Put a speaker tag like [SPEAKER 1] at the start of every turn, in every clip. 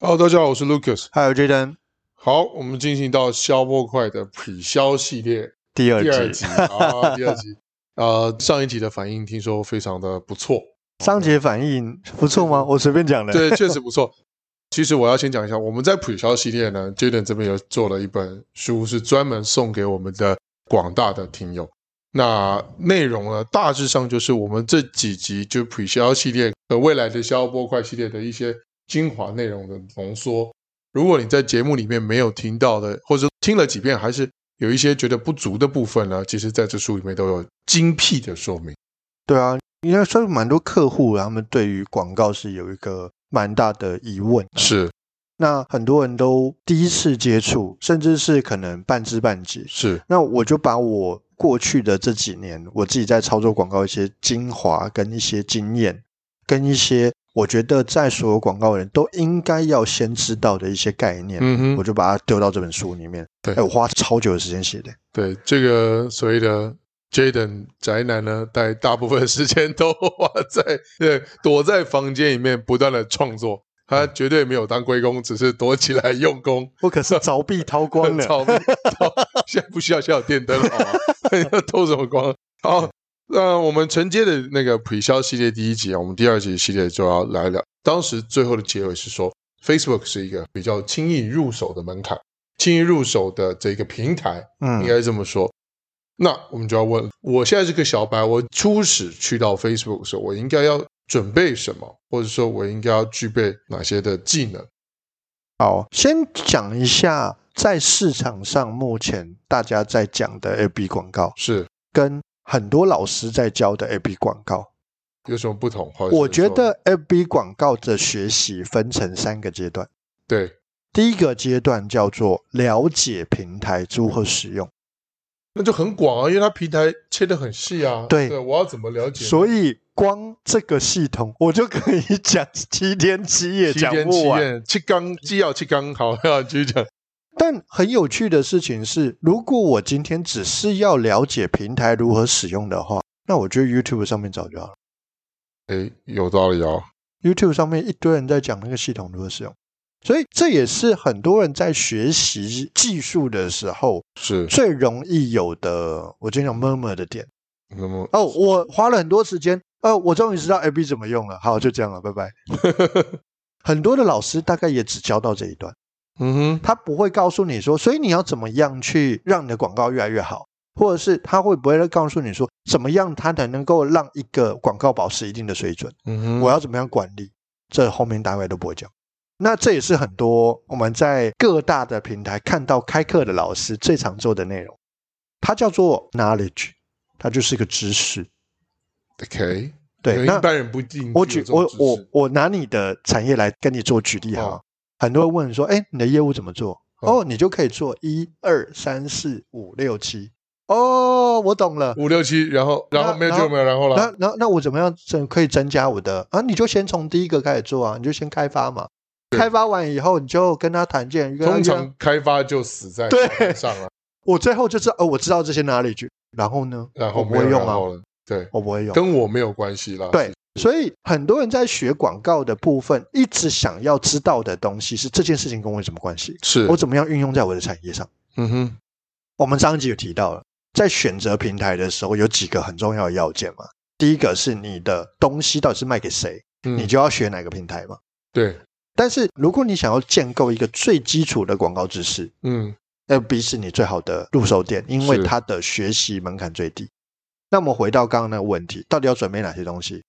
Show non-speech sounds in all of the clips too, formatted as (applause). [SPEAKER 1] Hello，大家好，我是 Lucas。
[SPEAKER 2] 还有 Jaden
[SPEAKER 1] 好，我们进行到消波块的pre 消系列
[SPEAKER 2] 第二
[SPEAKER 1] 第
[SPEAKER 2] 集，
[SPEAKER 1] 二集啊，第二集。呃，上一集的反应听说非常的不错，
[SPEAKER 2] 上节反应不错吗？我随便讲的，
[SPEAKER 1] 对，确实不错。其实我要先讲一下，我们在 pre 消系列呢，Jaden 这边有做了一本书，是专门送给我们的广大的听友。那内容呢，大致上就是我们这几集就 pre 消系列和未来的消波块系列的一些精华内容的浓缩。如果你在节目里面没有听到的，或者听了几遍还是有一些觉得不足的部分呢，其实在这书里面都有精辟的说明。
[SPEAKER 2] 对啊，应该说蛮多客户啊他们对于广告是有一个蛮大的疑问，
[SPEAKER 1] 是
[SPEAKER 2] 那很多人都第一次接触，甚至是可能半知半解。
[SPEAKER 1] 是，
[SPEAKER 2] 那我就把我过去的这几年我自己在操作广告一些精华跟一些经验，跟一些我觉得在所有广告人都应该要先知道的一些概念，
[SPEAKER 1] 嗯哼
[SPEAKER 2] 我，就把它丢到这本书里面。
[SPEAKER 1] 对
[SPEAKER 2] 哎我花超久的时间写的。
[SPEAKER 1] 对这个所谓的 Jaden 宅男呢，大大部分时间都 (laughs) 花在对躲在房间里面不断的创作，
[SPEAKER 2] 嗯
[SPEAKER 1] 他绝对没有当龟公，只是躲起来用功。
[SPEAKER 2] 我可是凿壁掏 (laughs)
[SPEAKER 1] (laughs)
[SPEAKER 2] 光了。嗯
[SPEAKER 1] 草莓，草现在不需要，现在有电灯了 (laughs) 好吗？要透什么光？好，那我们承接的那个 pre 销系列第一集啊，我们第二集系列就要来聊。当时最后的结尾是说，Facebook 是一个比较轻易入手的门槛，轻易入手的这个平台，应
[SPEAKER 2] 嗯
[SPEAKER 1] 该这么说。那我们就要问，我现在是个小白，我初始去到 Facebook 的时候，我应该要准备什么，或者说我应该要具备哪些的技能？
[SPEAKER 2] 好，先讲一下在市场上目前大家在讲的 AB 广告，
[SPEAKER 1] 是
[SPEAKER 2] 跟很多老师在教的 AB 广告。
[SPEAKER 1] 有什么不同？或者是
[SPEAKER 2] 我觉
[SPEAKER 1] 说
[SPEAKER 2] 得 AB 广告的学习分成三个阶段，
[SPEAKER 1] 对，
[SPEAKER 2] 第一个阶段叫做了解平台如何使用，
[SPEAKER 1] 那就很广啊，因为它平台切得很细啊。
[SPEAKER 2] 对
[SPEAKER 1] 我要怎么了解呢？
[SPEAKER 2] 所以光这个系统我就可以讲七天七夜
[SPEAKER 1] 七
[SPEAKER 2] 讲
[SPEAKER 1] 天七
[SPEAKER 2] 不完。
[SPEAKER 1] 夜，七缸既要七缸，好， (laughs) 要继续讲。
[SPEAKER 2] 但很有趣的事情是，如果我今天只是要了解平台如何使用的话，那我觉得 YouTube 上面找就好了。
[SPEAKER 1] 哎，有道理哦。
[SPEAKER 2] YouTube 上面一堆人在讲那个系统如何使用，所以这也是很多人在学习技术的时候
[SPEAKER 1] 是，
[SPEAKER 2] 最容易有的，我经常 murmur 的点。
[SPEAKER 1] 那么
[SPEAKER 2] 哦，我花了很多时间，呃，我终于知道 AB 怎么用了。好，就这样了，拜拜。很多的老师大概也只教到这一段。
[SPEAKER 1] 嗯哼，
[SPEAKER 2] 他不会告诉你说，所以你要怎么样去让你的广告越来越好，或者是他会不会告诉你说，怎么样他才能够让一个广告保持一定的水准？
[SPEAKER 1] 嗯哼，
[SPEAKER 2] 我要怎么样管理？这后面大概都不会讲。那这也是很多我们在各大的平台看到开课的老师最常做的内容，它叫做 knowledge，它就是一个知识。
[SPEAKER 1] OK。
[SPEAKER 2] 对，那
[SPEAKER 1] 一般人不一定具有
[SPEAKER 2] 我举
[SPEAKER 1] 这种
[SPEAKER 2] 我
[SPEAKER 1] 知识
[SPEAKER 2] 我我拿你的产业来跟你做举例哈，
[SPEAKER 1] 哦
[SPEAKER 2] 很多人问说，哎，你的业务怎么做？
[SPEAKER 1] 哦
[SPEAKER 2] 哦，你就可以做一二三四五六七。哦，我懂了。
[SPEAKER 1] 五六七，然后然后
[SPEAKER 2] 那
[SPEAKER 1] 没有
[SPEAKER 2] 然
[SPEAKER 1] 就
[SPEAKER 2] 后
[SPEAKER 1] 没有然后
[SPEAKER 2] 那
[SPEAKER 1] 了。
[SPEAKER 2] 那那我怎么样增可以增加我的啊？你就先从第一个开始做啊，你就先开发嘛。开发完以后，你就跟他谈见。跟他
[SPEAKER 1] 通
[SPEAKER 2] 约
[SPEAKER 1] 常开发就死在
[SPEAKER 2] 对
[SPEAKER 1] 草莓
[SPEAKER 2] (laughs)
[SPEAKER 1] 上了，
[SPEAKER 2] 我最后就知道哦，我知道这些哪里去。然后呢？
[SPEAKER 1] 然后
[SPEAKER 2] 我不
[SPEAKER 1] 没有
[SPEAKER 2] 会用
[SPEAKER 1] 然
[SPEAKER 2] 啊，
[SPEAKER 1] 后了。对，
[SPEAKER 2] 我不会用。
[SPEAKER 1] 跟我没有关系啦。
[SPEAKER 2] 对，所以很多人在学广告的部分，一直想要知道的东西是这件事情跟我有什么关系？
[SPEAKER 1] 是
[SPEAKER 2] 我，怎么样运用在我的产业上？
[SPEAKER 1] 嗯哼，
[SPEAKER 2] 我们上一集有提到了，在选择平台的时候，有几个很重要的要件嘛。第一个是你的东西到底是卖给谁，
[SPEAKER 1] 嗯
[SPEAKER 2] 你就要学哪个平台嘛。
[SPEAKER 1] 对，
[SPEAKER 2] 但是如果你想要建构一个最基础的广告知识
[SPEAKER 1] 嗯，
[SPEAKER 2] ，FB 是你最好的入手点，因为
[SPEAKER 1] 是
[SPEAKER 2] 它的学习门槛最低。那么回到刚刚那个问题，到底要准备哪些东西？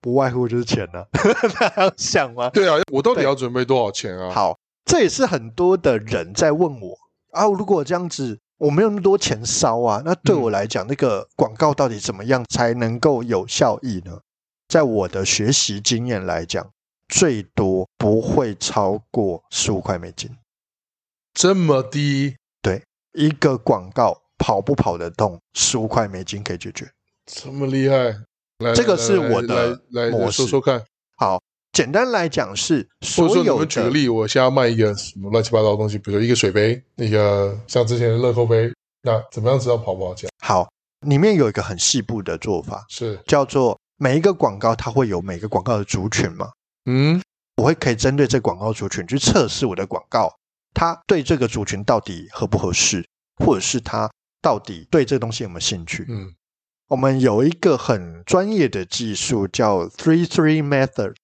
[SPEAKER 2] 不外乎就是钱呢、啊， (laughs) 还要想吗？
[SPEAKER 1] 对啊，我到底
[SPEAKER 2] 对
[SPEAKER 1] 要准备多少钱啊？
[SPEAKER 2] 好，这也是很多的人在问我啊，如果这样子我没有那么多钱烧啊，那对
[SPEAKER 1] 嗯
[SPEAKER 2] 我来讲，那个广告到底怎么样才能够有效益呢？在我的学习经验来讲，最多不会超过十五块美金。
[SPEAKER 1] 这么低，
[SPEAKER 2] 一个广告跑不跑得动，十五块美金可以解决。
[SPEAKER 1] 这么厉害，来，
[SPEAKER 2] 这个
[SPEAKER 1] 来
[SPEAKER 2] 是
[SPEAKER 1] 来
[SPEAKER 2] 我的
[SPEAKER 1] 来来来
[SPEAKER 2] 模
[SPEAKER 1] 说
[SPEAKER 2] 式
[SPEAKER 1] 说看，
[SPEAKER 2] 简单来讲是
[SPEAKER 1] 或者
[SPEAKER 2] 所
[SPEAKER 1] 说你
[SPEAKER 2] 有
[SPEAKER 1] 们举个
[SPEAKER 2] 的
[SPEAKER 1] 例，我现在要卖一个什么乱七八糟的东西，比如说一个水杯，那个像之前的乐扣杯，那怎么样知道跑不跑价？
[SPEAKER 2] 好，里面有一个很细部的做法，
[SPEAKER 1] 是，
[SPEAKER 2] 叫做每一个广告它会有每个广告的族群嘛。
[SPEAKER 1] 嗯，
[SPEAKER 2] 我会可以针对这广告族群去测试我的广告，它对这个族群到底合不合适，或者是它到底对这个东西有没有兴趣。
[SPEAKER 1] 嗯
[SPEAKER 2] 我们有一个很专业的技术叫 Three Three Method，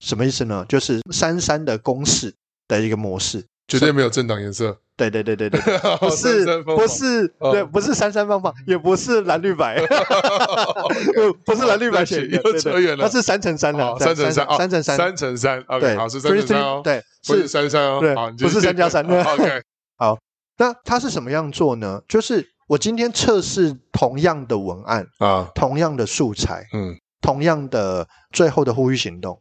[SPEAKER 2] 什么意思呢？就是三三的公式的一个模式。
[SPEAKER 1] 绝对没有正党颜色，
[SPEAKER 2] 对对对对
[SPEAKER 1] (laughs)
[SPEAKER 2] 对，对不
[SPEAKER 1] 三
[SPEAKER 2] 是
[SPEAKER 1] 三方法
[SPEAKER 2] 不是
[SPEAKER 1] 哦
[SPEAKER 2] 对，不是三三
[SPEAKER 1] (laughs)
[SPEAKER 2] 方法，也不是蓝绿白，
[SPEAKER 1] OK
[SPEAKER 2] 不 (laughs) 不是蓝绿白
[SPEAKER 1] 对
[SPEAKER 2] 选
[SPEAKER 1] 不起
[SPEAKER 2] 的，
[SPEAKER 1] 又
[SPEAKER 2] 对
[SPEAKER 1] 扯
[SPEAKER 2] 对，
[SPEAKER 1] 远了
[SPEAKER 2] 它是三乘三的
[SPEAKER 1] 哦，三乘三，哦
[SPEAKER 2] 三乘三，
[SPEAKER 1] 三乘三，OK，
[SPEAKER 2] 对，
[SPEAKER 1] 好是三乘
[SPEAKER 2] three-
[SPEAKER 1] 三
[SPEAKER 2] three-
[SPEAKER 1] 哦，
[SPEAKER 2] 啊对，
[SPEAKER 1] 不是
[SPEAKER 2] 是
[SPEAKER 1] 三乘三哦，
[SPEAKER 2] 对
[SPEAKER 1] 好，你哦
[SPEAKER 2] 不是三加三 (laughs)
[SPEAKER 1] ，OK，
[SPEAKER 2] 那它是什么样做呢？就是我今天测试同样的文案、
[SPEAKER 1] 啊，
[SPEAKER 2] 同样的素材、
[SPEAKER 1] 嗯
[SPEAKER 2] 同样的最后的呼吁行动，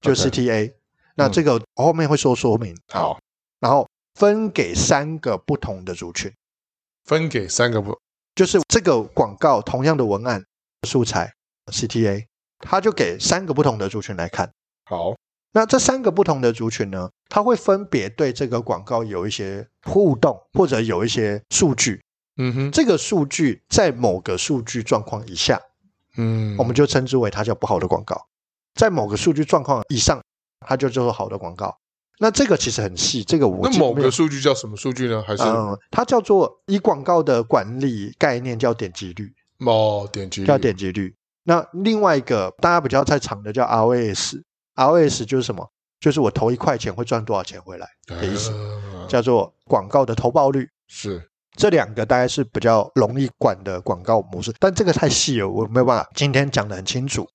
[SPEAKER 2] 就是
[SPEAKER 1] OK 嗯
[SPEAKER 2] CTA。那这个我后面会说说明。
[SPEAKER 1] 好，
[SPEAKER 2] 然后分给三个不同的族群，
[SPEAKER 1] 分给三个不，
[SPEAKER 2] 就是这个广告同样的文案、素材、CTA，它就给三个不同的族群来看。
[SPEAKER 1] 好，
[SPEAKER 2] 那这三个不同的族群呢，它会分别对这个广告有一些互动，或者有一些数据。
[SPEAKER 1] 嗯哼，
[SPEAKER 2] 这个数据在某个数据状况以下，
[SPEAKER 1] 嗯，
[SPEAKER 2] 我们就称之为它叫不好的广告；在某个数据状况以上，它就叫做好的广告。那这个其实很细，这个我
[SPEAKER 1] 那
[SPEAKER 2] 记
[SPEAKER 1] 某
[SPEAKER 2] 没有
[SPEAKER 1] 个数据叫什么数据呢？还是
[SPEAKER 2] 嗯，它叫做以广告的管理概念叫点击率，
[SPEAKER 1] 某点击率
[SPEAKER 2] 叫点击率。那另外一个大家比较在常的叫 ROS，ROS 就是什么？就是我投一块钱会赚多少钱回来，的意思
[SPEAKER 1] 啊
[SPEAKER 2] 叫做广告的投报率。
[SPEAKER 1] 是
[SPEAKER 2] 这两个大概是比较容易管的广告模式，但这个太细了，我没有办法今天讲得很清楚。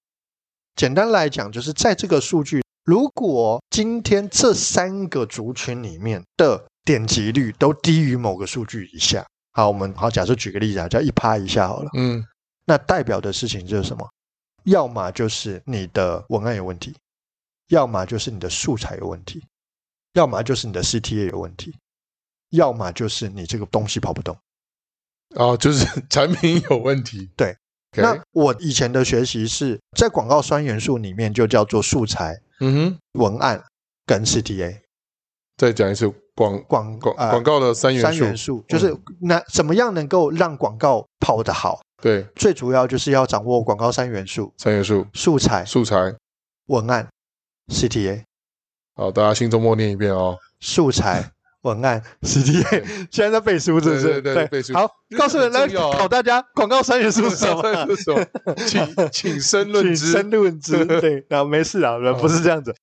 [SPEAKER 2] 简单来讲，就是在这个数据，如果今天这三个族群里面的点击率都低于某个数据以下，好，我们好假设举个例子啊，叫一趴以下好了，
[SPEAKER 1] 嗯
[SPEAKER 2] 那代表的事情就是什么？要么就是你的文案有问题，要么就是你的素材有问题，要么就是你的 CTA 有问题，要么就是你这个东西跑不动。
[SPEAKER 1] 啊，就是 (laughs) 产品有问题，
[SPEAKER 2] 对
[SPEAKER 1] OK，
[SPEAKER 2] 那我以前的学习是在广告三元素里面就叫做素材、
[SPEAKER 1] 嗯哼，
[SPEAKER 2] 文案跟 CTA
[SPEAKER 1] 再讲一次广
[SPEAKER 2] 广
[SPEAKER 1] 广
[SPEAKER 2] 呃
[SPEAKER 1] 广告的三元
[SPEAKER 2] 三
[SPEAKER 1] 素，嗯
[SPEAKER 2] 元素，就是那怎么样能够让广告跑得好？
[SPEAKER 1] 对
[SPEAKER 2] 最主要就是要掌握广告三元素：
[SPEAKER 1] 三元素
[SPEAKER 2] 素材、
[SPEAKER 1] 素材。
[SPEAKER 2] 文案、CTA。
[SPEAKER 1] 好，大家心中默念一遍哦。
[SPEAKER 2] 素材、
[SPEAKER 1] (laughs)
[SPEAKER 2] 文案、CTA。现在在背书是不是？
[SPEAKER 1] 对对对背书
[SPEAKER 2] 好
[SPEAKER 1] 因，为
[SPEAKER 2] 告诉人家
[SPEAKER 1] 很重要啊
[SPEAKER 2] 考大家广告三元素 (laughs) 是
[SPEAKER 1] (laughs)
[SPEAKER 2] 什么？
[SPEAKER 1] 是什么？请请深论
[SPEAKER 2] (laughs) 请
[SPEAKER 1] 之。哦
[SPEAKER 2] 深
[SPEAKER 1] (laughs)
[SPEAKER 2] 论之，对，然后没事啊，人不是这样子。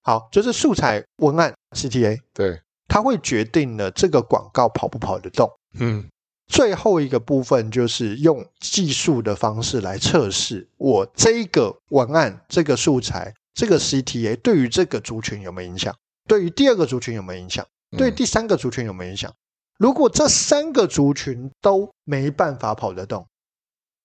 [SPEAKER 2] 好，就是素材、文案、CTA，
[SPEAKER 1] 对，
[SPEAKER 2] 它会决定了这个广告跑不跑得动。
[SPEAKER 1] 嗯
[SPEAKER 2] 最后一个部分就是用技术的方式来测试我这个文案、这个素材、这个 CTA 对于这个族群有没有影响，对于第二个族群有没有影响，对
[SPEAKER 1] 嗯
[SPEAKER 2] 第三个族群有没有影响。如果这三个族群都没办法跑得动，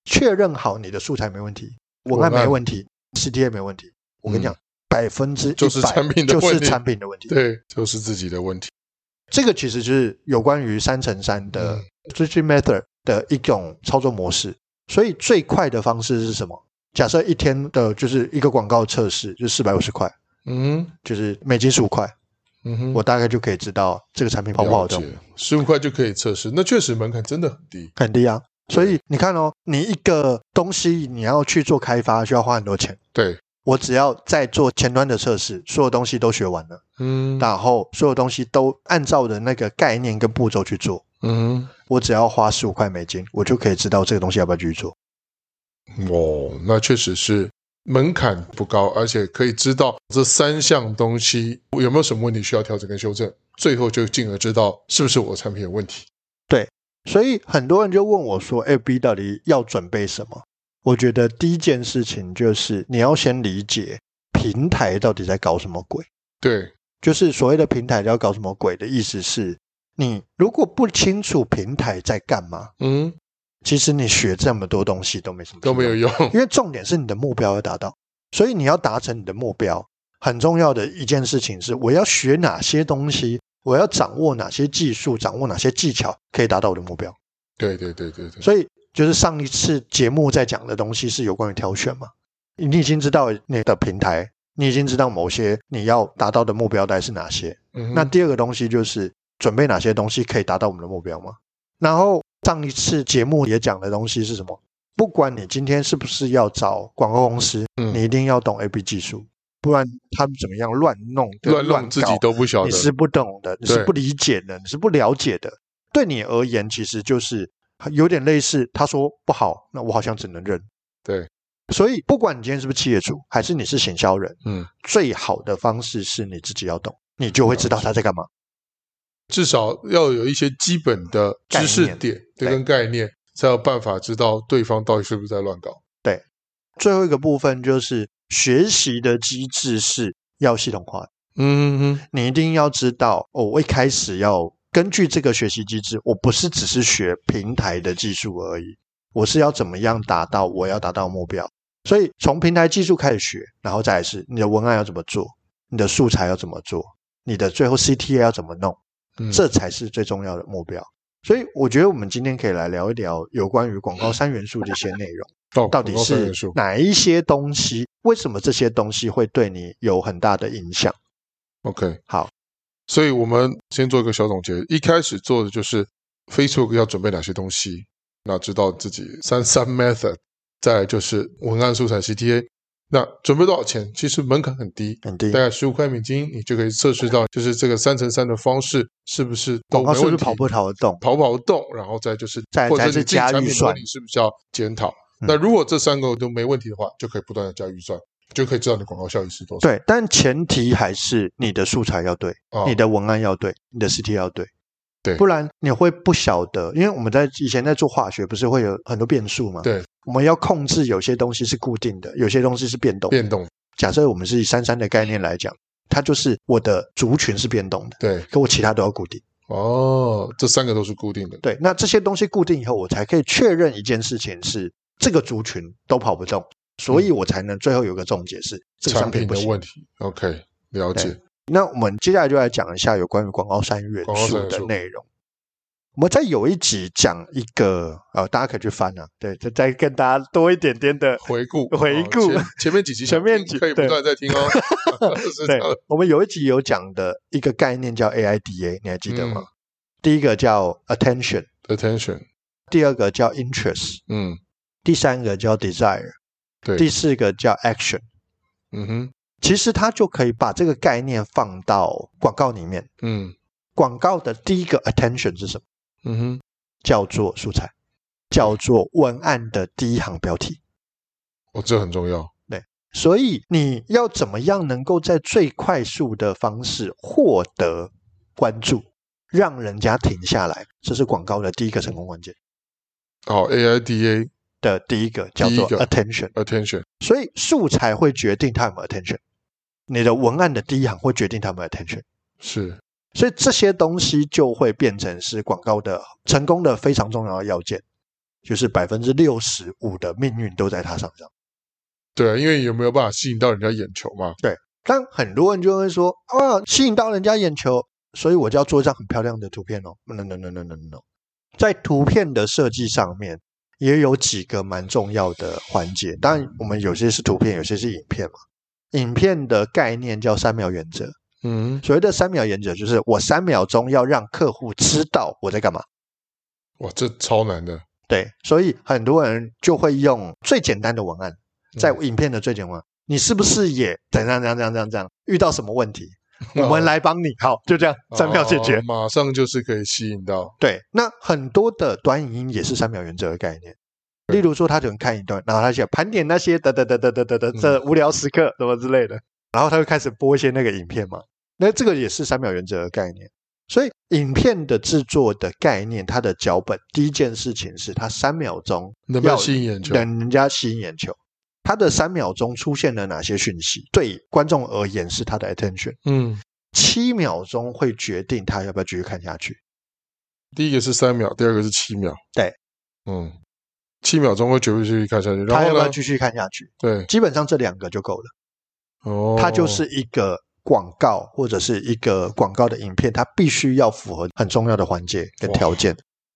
[SPEAKER 2] 确认好你的素材没问题，文案
[SPEAKER 1] 文案
[SPEAKER 2] 没问题，CTA 没问题，我跟你讲，百分之
[SPEAKER 1] 嗯就是
[SPEAKER 2] 100%
[SPEAKER 1] 产品的
[SPEAKER 2] 就是
[SPEAKER 1] 问题
[SPEAKER 2] 产品的问题。
[SPEAKER 1] 对，就是自己的问题。
[SPEAKER 2] 这个其实就是有关于三乘三的
[SPEAKER 1] 嗯
[SPEAKER 2] t r i g method 的一种操作模式。所以最快的方式是什么？假设一天的就是一个广告测试，就四百五十块，
[SPEAKER 1] 嗯
[SPEAKER 2] 就是每斤十五块，
[SPEAKER 1] 嗯哼，
[SPEAKER 2] 我大概就可以知道这个产品跑不好
[SPEAKER 1] 了
[SPEAKER 2] 用，
[SPEAKER 1] 解。十五块就可以测试，那确实门槛真的很低。
[SPEAKER 2] 很低啊。所以你看哦，你一个东西你要去做开发，需要花很多钱。
[SPEAKER 1] 对，
[SPEAKER 2] 我只要在做前端的测试，所有东西都学完了，
[SPEAKER 1] 嗯
[SPEAKER 2] 然后所有东西都按照的那个概念跟步骤去做，
[SPEAKER 1] 嗯
[SPEAKER 2] 我只要花十五块美金，我就可以知道这个东西要不要继续做。
[SPEAKER 1] 哼，哦，那确实是门槛不高，而且可以知道这三项东西有没有什么问题需要调整跟修正，最后就进而知道是不是我的产品有问题。
[SPEAKER 2] 所以很多人就问我说：“AB 到底要准备什么？”我觉得第一件事情就是你要先理解平台到底在搞什么鬼。
[SPEAKER 1] 对，
[SPEAKER 2] 就是所谓的平台要搞什么鬼的意思是，你如果不清楚平台在干嘛，
[SPEAKER 1] 嗯，
[SPEAKER 2] 其实你学这么多东西都没什么
[SPEAKER 1] 都没有
[SPEAKER 2] 用，
[SPEAKER 1] 用。 (laughs)
[SPEAKER 2] 因为重点是你的目标要达到。所以你要达成你的目标，很重要的一件事情是，我要学哪些东西，我要掌握哪些技术，掌握哪些技巧，可以达到我的目标。
[SPEAKER 1] 对对对对对，
[SPEAKER 2] 所以就是上一次节目在讲的东西是有关于挑选嘛，你已经知道你的平台，你已经知道某些你要达到的目标大概是哪些。
[SPEAKER 1] 嗯哼
[SPEAKER 2] 那第二个东西就是准备哪些东西可以达到我们的目标嘛。然后上一次节目也讲的东西是什么？不管你今天是不是要找广告公司，
[SPEAKER 1] 嗯
[SPEAKER 2] 你一定要懂 A B 技术，不然他们怎么样乱弄、跟
[SPEAKER 1] 乱弄自己
[SPEAKER 2] 搞
[SPEAKER 1] 都不晓
[SPEAKER 2] 你是
[SPEAKER 1] 得。
[SPEAKER 2] 不懂的，你是
[SPEAKER 1] 对
[SPEAKER 2] 不理解的，你是不了解的。对你而言，其实就是有点类似，他说不好，那我好像只能认。
[SPEAKER 1] 对，
[SPEAKER 2] 所以不管你今天是不是企业主，还是你是行销人，
[SPEAKER 1] 嗯，
[SPEAKER 2] 最好的方式是你自己要懂，你就会知道他在干嘛。
[SPEAKER 1] 至少要有一些基本的知识
[SPEAKER 2] 概念
[SPEAKER 1] 点，
[SPEAKER 2] 对
[SPEAKER 1] 对，跟概念，才有办法知道对方到底是不是在乱搞。
[SPEAKER 2] 最后一个部分就是学习的机制是要系统化的，
[SPEAKER 1] 嗯嗯
[SPEAKER 2] 你一定要知道哦，我一开始要根据这个学习机制，我不是只是学平台的技术而已，我是要怎么样达到我要达到的目标。所以从平台技术开始学，然后再来是你的文案要怎么做，你的素材要怎么做，你的最后 CTA 要怎么弄。
[SPEAKER 1] 嗯，
[SPEAKER 2] 这才是最重要的目标。所以我觉得我们今天可以来聊一聊有关于广告三元素这些内容，
[SPEAKER 1] 哦
[SPEAKER 2] 到底
[SPEAKER 1] 广告三
[SPEAKER 2] 是
[SPEAKER 1] 元素
[SPEAKER 2] 哪一些东西，为什么这些东西会对你有很大的影响？
[SPEAKER 1] OK
[SPEAKER 2] 好。
[SPEAKER 1] 所以我们先做一个小总结，一开始做的就是 Facebook 要准备哪些东西，那知道自己三三 method，再来就是文案素材 CTA，那准备多少钱？其实门槛很低，
[SPEAKER 2] 肯定
[SPEAKER 1] 大，概十五块美金，你就可以测试到，就是这个三乘三的方式是不是都没
[SPEAKER 2] 广告
[SPEAKER 1] 问题，
[SPEAKER 2] 是不是跑不跑得动？
[SPEAKER 1] 跑不跑得动，然后再就是
[SPEAKER 2] 再
[SPEAKER 1] 或者
[SPEAKER 2] 再
[SPEAKER 1] 你
[SPEAKER 2] 是
[SPEAKER 1] 自己
[SPEAKER 2] 加
[SPEAKER 1] 产
[SPEAKER 2] 预
[SPEAKER 1] 品
[SPEAKER 2] 算
[SPEAKER 1] 管理是不是要检讨？
[SPEAKER 2] 嗯
[SPEAKER 1] 那如果这三个都没问题的话，就可以不断的加预算，就可以知道你广告效益是多少。啊
[SPEAKER 2] 对，但前提还是你的素材要对，
[SPEAKER 1] 对
[SPEAKER 2] 你的文案要对，你的 CT 要对，
[SPEAKER 1] 哦对
[SPEAKER 2] 不然你会不晓得，因为我们在以前在做化学，不是会有很多变数吗？
[SPEAKER 1] 对，
[SPEAKER 2] 我们要控制有些东西是固定的，有些东西是变动的。
[SPEAKER 1] 变动，
[SPEAKER 2] 假设我们是以三三的概念来讲，它就是我的族群是变动的，
[SPEAKER 1] 对。
[SPEAKER 2] 可我其他都要固定。
[SPEAKER 1] 哦，这三个都是固定的。
[SPEAKER 2] 对，那这些东西固定以后，我才可以确认一件事情是这个族群都跑不动，所以我才能最后有个总结是这个
[SPEAKER 1] 嗯
[SPEAKER 2] 商
[SPEAKER 1] 产
[SPEAKER 2] 品
[SPEAKER 1] 品
[SPEAKER 2] 不
[SPEAKER 1] 的
[SPEAKER 2] 行。
[SPEAKER 1] 问题，OK，了解。
[SPEAKER 2] 那我们接下来就来讲一下有关于广告三元
[SPEAKER 1] 广告三
[SPEAKER 2] 素
[SPEAKER 1] 元
[SPEAKER 2] 的
[SPEAKER 1] 素
[SPEAKER 2] 内容。我们在有一集讲一个，呃，大家可以去翻啊，对，再再跟大家多一点点的
[SPEAKER 1] 回顾，
[SPEAKER 2] 回顾
[SPEAKER 1] 哦前前面几集想听，
[SPEAKER 2] 前面几
[SPEAKER 1] 可以不
[SPEAKER 2] 对
[SPEAKER 1] 断地在听
[SPEAKER 2] (laughs)
[SPEAKER 1] 哦。 (laughs) 是这
[SPEAKER 2] 对
[SPEAKER 1] 样，
[SPEAKER 2] 我们有一集有讲的一个概念叫 AIDA，你还记得吗？
[SPEAKER 1] 嗯
[SPEAKER 2] 第一个叫 attention，
[SPEAKER 1] ，attention，
[SPEAKER 2] 第二个叫 interest，
[SPEAKER 1] 嗯，
[SPEAKER 2] 第三个叫 desire，
[SPEAKER 1] 对
[SPEAKER 2] 第四个叫 action。
[SPEAKER 1] 嗯哼，
[SPEAKER 2] 其实它就可以把这个概念放到广告里面。
[SPEAKER 1] 嗯，
[SPEAKER 2] 广告的第一个 attention 是什么？
[SPEAKER 1] 嗯哼，
[SPEAKER 2] 叫做素材，叫做文案的第一行标题。
[SPEAKER 1] 哦，这很重要。
[SPEAKER 2] 所以你要怎么样能够在最快速的方式获得关注，让人家停下来？这是广告的第一个成功关键
[SPEAKER 1] 好，AIDA
[SPEAKER 2] 的第一个叫做
[SPEAKER 1] 第一个
[SPEAKER 2] attention。
[SPEAKER 1] attention，
[SPEAKER 2] 所以素材会决定他有没有 attention，你的文案的第一行会决定他有没有 attention。
[SPEAKER 1] 是
[SPEAKER 2] 所以这些东西就会变成是广告的成功的非常重要的要件，就是百分之六十五的命运都在他手上。
[SPEAKER 1] 对，啊因为有没有办法吸引到人家眼球嘛？
[SPEAKER 2] 但很多人就会说啊，吸引到人家眼球，所以我就要做一张很漂亮的图片哦。No no no no no no，在图片的设计上面也有几个蛮重要的环节。当然，我们有些是图片，有些是影片嘛。影片的概念叫三秒原则。
[SPEAKER 1] 嗯，
[SPEAKER 2] 所谓的三秒原则，就是我三秒钟要让客户知道我在干嘛。
[SPEAKER 1] 哇，这超难的。
[SPEAKER 2] 对，所以很多人就会用最简单的文案，在
[SPEAKER 1] 嗯
[SPEAKER 2] 影片的最简单文案，你是不是也怎样怎样怎样怎样怎样？遇到什么问
[SPEAKER 1] (laughs)
[SPEAKER 2] 题，我们来帮你。好，就这样，三秒解决
[SPEAKER 1] 哦。马上就是可以吸引到。
[SPEAKER 2] 对，那很多的短影音也是三秒原则的概念。例如说，他只能看一段，然后他写盘点那些得得得得得得得
[SPEAKER 1] 嗯
[SPEAKER 2] 这无聊时刻什么之类的，然后他就开始播一些那个影片嘛。那这个也是三秒原则的概念。所以，影片的制作的概念，它的脚本第一件事情是它三秒钟
[SPEAKER 1] 能不能
[SPEAKER 2] 要
[SPEAKER 1] 吸引眼球？
[SPEAKER 2] 让人家吸引眼球。他的三秒钟出现了哪些讯息？对观众而言是他的 attention。
[SPEAKER 1] 嗯，
[SPEAKER 2] 七秒钟会决定他要不要继续看下去。
[SPEAKER 1] 第一个是三秒，第二个是七秒。
[SPEAKER 2] 对，
[SPEAKER 1] 嗯，七秒钟会绝不继续看下去。然
[SPEAKER 2] 他要
[SPEAKER 1] 后
[SPEAKER 2] 不要
[SPEAKER 1] 呢？
[SPEAKER 2] 继续看下去？
[SPEAKER 1] 对，
[SPEAKER 2] 基本上这两个就够了。
[SPEAKER 1] 哦，
[SPEAKER 2] 它就是一个广告或者是一个广告的影片，它必须要符合很重要的环节跟条件。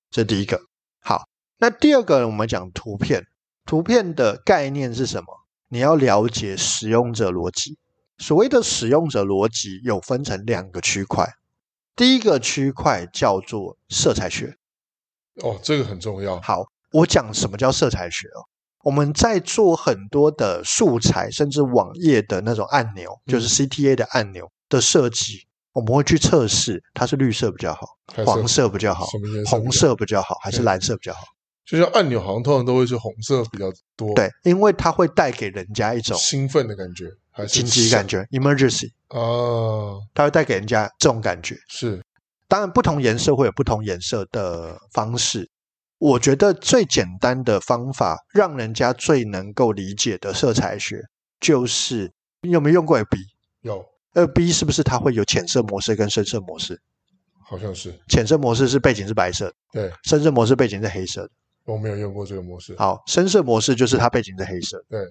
[SPEAKER 2] 这第一个。好，那第二个我们讲图片，图片的概念是什么？你要了解使用者逻辑。所谓的使用者逻辑有分成两个区块，第一个区块叫做色彩学。
[SPEAKER 1] 哦，这个很重要。
[SPEAKER 2] 好，我讲什么叫色彩学哦？我们在做很多的素材，甚至网页的那种按钮，就是 CTA 的按钮的设计，我们会去测试它是绿色比较好，
[SPEAKER 1] 还是
[SPEAKER 2] 黄色比较好，
[SPEAKER 1] 什么颜色？
[SPEAKER 2] 红，色比较好，还是
[SPEAKER 1] 嗯
[SPEAKER 2] 蓝色比较好？
[SPEAKER 1] 就像按钮好像通常都会是红色比较多，，
[SPEAKER 2] 对，因为它会带给人家一种
[SPEAKER 1] 兴奋的感觉，还是
[SPEAKER 2] 紧急感觉 （emergency），
[SPEAKER 1] 啊？
[SPEAKER 2] 它会带给人家这种感觉。
[SPEAKER 1] 是，
[SPEAKER 2] 当然，不同颜色会有不同颜色的方式。我觉得最简单的方法，让人家最能够理解的色彩学，就是你有没有用过 A B？
[SPEAKER 1] 有，
[SPEAKER 2] 二 B 是不是它会有浅色模式跟深色模式？
[SPEAKER 1] 好像是，
[SPEAKER 2] 浅色模式是背景是白色的，
[SPEAKER 1] 对
[SPEAKER 2] 深色模式背景是黑色的。
[SPEAKER 1] 我没有用过这个模式，
[SPEAKER 2] 好，深色模式就是它背景是黑色的。
[SPEAKER 1] 对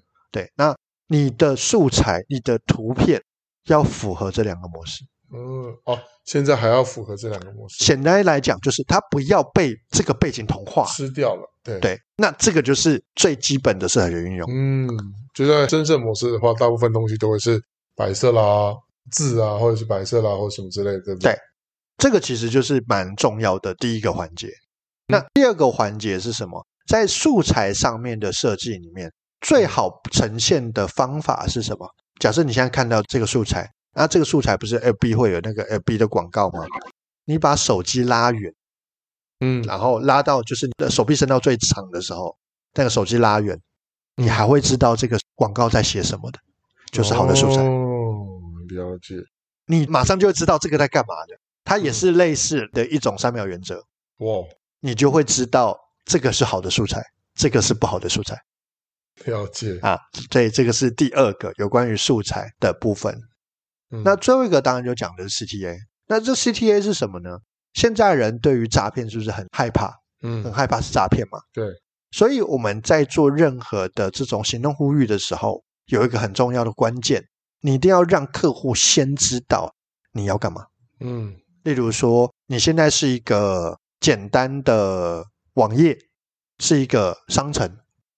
[SPEAKER 2] 对，那你的素材、你的图片要符合这两个模式。
[SPEAKER 1] 嗯，哦，现在还要符合这两个模式，
[SPEAKER 2] 简单来讲，就是它不要被这个背景同化。
[SPEAKER 1] 吃掉了，对，
[SPEAKER 2] 对，那这个就是最基本的色彩学运用。
[SPEAKER 1] 嗯，就在真正模式的话，大部分东西都会是白色啦、字啊，或者是白色啦，或者什么之类的，对不对？
[SPEAKER 2] 对这个其实就是蛮重要的第一个环节。
[SPEAKER 1] 嗯
[SPEAKER 2] 那第二个环节是什么？在素材上面的设计里面，最好呈现的方法是什么？假设你现在看到这个素材，那这个素材不是 FB 会有那个 FB 的广告吗？你把手机拉远，
[SPEAKER 1] 嗯
[SPEAKER 2] 然后拉到就是你的手臂伸到最长的时候，那个手机拉远，你还会知道这个广告在写什么的，就是好的素材。
[SPEAKER 1] 哦，了解，
[SPEAKER 2] 你马上就会知道这个在干嘛的。它也
[SPEAKER 1] 嗯
[SPEAKER 2] 是类似的一种三秒原则，哦
[SPEAKER 1] 哇，
[SPEAKER 2] 你就会知道这个是好的素材，这个是不好的素材
[SPEAKER 1] 了解，
[SPEAKER 2] 啊。所以这个是第二个有关于素材的部分。
[SPEAKER 1] 嗯
[SPEAKER 2] 那最后一个当然就讲的是 CTA。那这 CTA 是什么呢？现在人对于诈骗是不是很害怕？很
[SPEAKER 1] 嗯，
[SPEAKER 2] 害怕是诈骗嘛？
[SPEAKER 1] 对。
[SPEAKER 2] 所以我们在做任何的这种行动呼吁的时候，有一个很重要的关键，你一定要让客户先知道你要干嘛。
[SPEAKER 1] 嗯，
[SPEAKER 2] 例如说，你现在是一个简单的网页，是一个商城，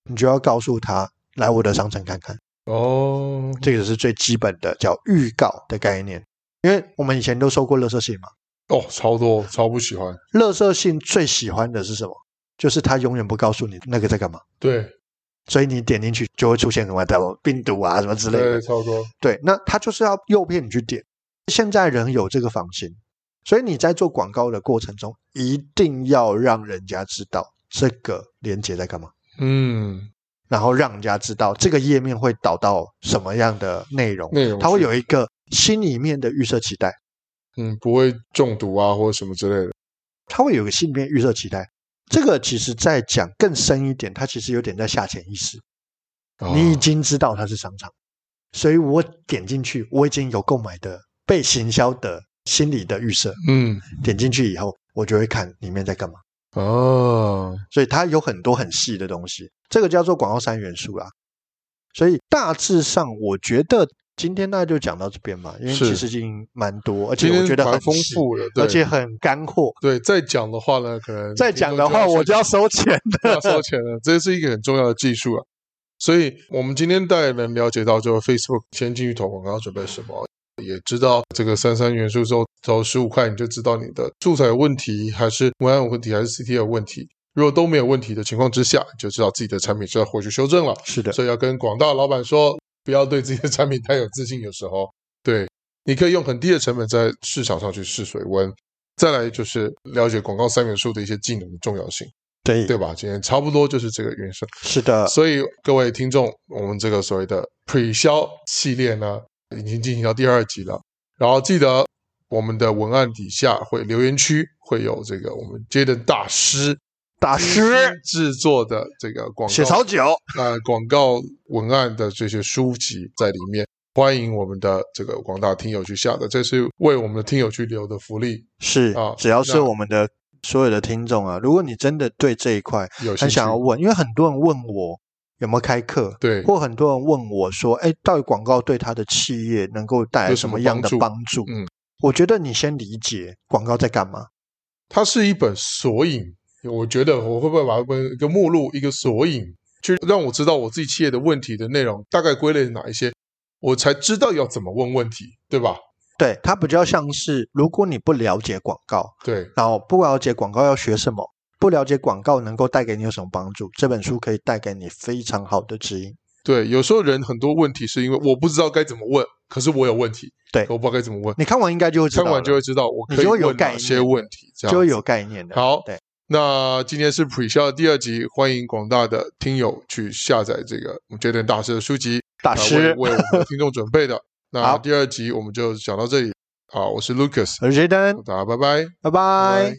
[SPEAKER 2] 你就要告诉他来我的商城看看。
[SPEAKER 1] 哦，
[SPEAKER 2] 这个是最基本的，叫预告的概念。因为我们以前都收过垃圾信嘛，
[SPEAKER 1] 哦，超多，超不喜欢，
[SPEAKER 2] 垃圾信最喜欢的是什么？就是他永远不告诉你那个在干嘛，
[SPEAKER 1] 对，
[SPEAKER 2] 所以你点进去就会出现什么的病毒啊什么之类的
[SPEAKER 1] 对，。超多，
[SPEAKER 2] 对，那他就是要诱骗你去点。现在人有这个防心，所以你在做广告的过程中，一定要让人家知道这个连接在干嘛，
[SPEAKER 1] 嗯，
[SPEAKER 2] 然后让人家知道这个页面会导到什么样的内容，
[SPEAKER 1] 内容
[SPEAKER 2] 它会
[SPEAKER 1] 是
[SPEAKER 2] 有一个心里面的预设期待，
[SPEAKER 1] 嗯，不会中毒啊，或者什么之类的，
[SPEAKER 2] 它会有一个心里面预设期待。这个其实再讲更深一点，它其实有点在下潜意识。
[SPEAKER 1] 哦
[SPEAKER 2] 你已经知道它是商场，所以我点进去，我已经有购买的被行销的心理的预设。
[SPEAKER 1] 嗯
[SPEAKER 2] 点进去以后，我就会看里面在干嘛。
[SPEAKER 1] 啊，
[SPEAKER 2] 所以它有很多很细的东西，这个叫做广告三元素啦。所以大致上，我觉得今天大家就讲到这边嘛，因为
[SPEAKER 1] 是
[SPEAKER 2] 其实已经蛮多，而
[SPEAKER 1] 今
[SPEAKER 2] 且
[SPEAKER 1] 天
[SPEAKER 2] 我觉得很
[SPEAKER 1] 蛮丰
[SPEAKER 2] 细，
[SPEAKER 1] 富的，对
[SPEAKER 2] 而且很干货。
[SPEAKER 1] 对，再讲的话呢，可能
[SPEAKER 2] 再讲的话，我就要收钱
[SPEAKER 1] 就
[SPEAKER 2] 的
[SPEAKER 1] 要。收钱了，这是一个很重要的技术啊。所以，我们今天大概能了解到，就 Facebook 先进去投广告准备什么，也知道这个三三元素之后投十五块，你就知道你的素材有问题，还是文案有问题，还是 CT 有问题。如果都没有问题的情况之下，你就知道自己的产品是要回去修正了。
[SPEAKER 2] 是的，
[SPEAKER 1] 所以要跟广大老板说，不要对自己的产品太有自信。有时候，对，你可以用很低的成本在市场上去试水温。再来就是了解广告三元素的一些技能的重要性，
[SPEAKER 2] 对，
[SPEAKER 1] 对吧？今天差不多就是这个原生。
[SPEAKER 2] 是的，
[SPEAKER 1] 所以各位听众，我们这个所谓的 pre 销系列呢，已经进行到第二集了。然后记得我们的文案底下会留言区会有这个我们 Jaden 大师
[SPEAKER 2] 大师
[SPEAKER 1] 制作的这个广告
[SPEAKER 2] 血槽酒，
[SPEAKER 1] 那广告文案的这些书籍在里面，欢迎我们的这个广大听友去下载，这是为我们的听友去留的福利。
[SPEAKER 2] 是
[SPEAKER 1] 啊
[SPEAKER 2] 只要是
[SPEAKER 1] 那
[SPEAKER 2] 我们的所有的听众啊，如果你真的对这一块
[SPEAKER 1] 有兴
[SPEAKER 2] 很
[SPEAKER 1] 趣
[SPEAKER 2] 想要问，因为很多人问我有没有开课，
[SPEAKER 1] 对
[SPEAKER 2] 或很多人问我说，哎，到底广告对他的企业能够带来
[SPEAKER 1] 有
[SPEAKER 2] 什
[SPEAKER 1] 什
[SPEAKER 2] 么
[SPEAKER 1] 么
[SPEAKER 2] 样的
[SPEAKER 1] 帮助
[SPEAKER 2] 帮助？
[SPEAKER 1] 嗯，
[SPEAKER 2] 我觉得你先理解广告在干嘛，
[SPEAKER 1] 它是一本索引，我觉得我会不会把它分一个目录、一个索引，去让我知道我自己企业的问题的内容大概归类哪一些，我才知道要怎么问问题，对吧？
[SPEAKER 2] 对它比较像是，如果你不了解广告，
[SPEAKER 1] 对，
[SPEAKER 2] 然后不了解广告要学什么，不了解广告能够带给你有什么帮助，这本书可以带给你非常好的指引。
[SPEAKER 1] 对，有时候人很多问题是因为我不知道该怎么问，可是我有问题，
[SPEAKER 2] 对
[SPEAKER 1] 我不知道该怎么问，
[SPEAKER 2] 你看完应该就会知道
[SPEAKER 1] 看
[SPEAKER 2] 了，
[SPEAKER 1] 完就会知道我
[SPEAKER 2] 你
[SPEAKER 1] 可以
[SPEAKER 2] 就会有
[SPEAKER 1] 问
[SPEAKER 2] 概
[SPEAKER 1] 哪
[SPEAKER 2] 念
[SPEAKER 1] 些问题，这样
[SPEAKER 2] 就会
[SPEAKER 1] 子
[SPEAKER 2] 有概念的。
[SPEAKER 1] 好
[SPEAKER 2] 对，
[SPEAKER 1] 那今天是 Pre s h o w 第二集，欢迎广大的听友去下载这个我们 Jaden 大师的书籍，
[SPEAKER 2] 大
[SPEAKER 1] 呃
[SPEAKER 2] 师，
[SPEAKER 1] 为为我们的听众准备的。那
[SPEAKER 2] 啊好
[SPEAKER 1] 第二集我们就讲到这里，好，我是 Lucas，
[SPEAKER 2] 我是 Jaden，
[SPEAKER 1] 大家拜拜。
[SPEAKER 2] 拜拜。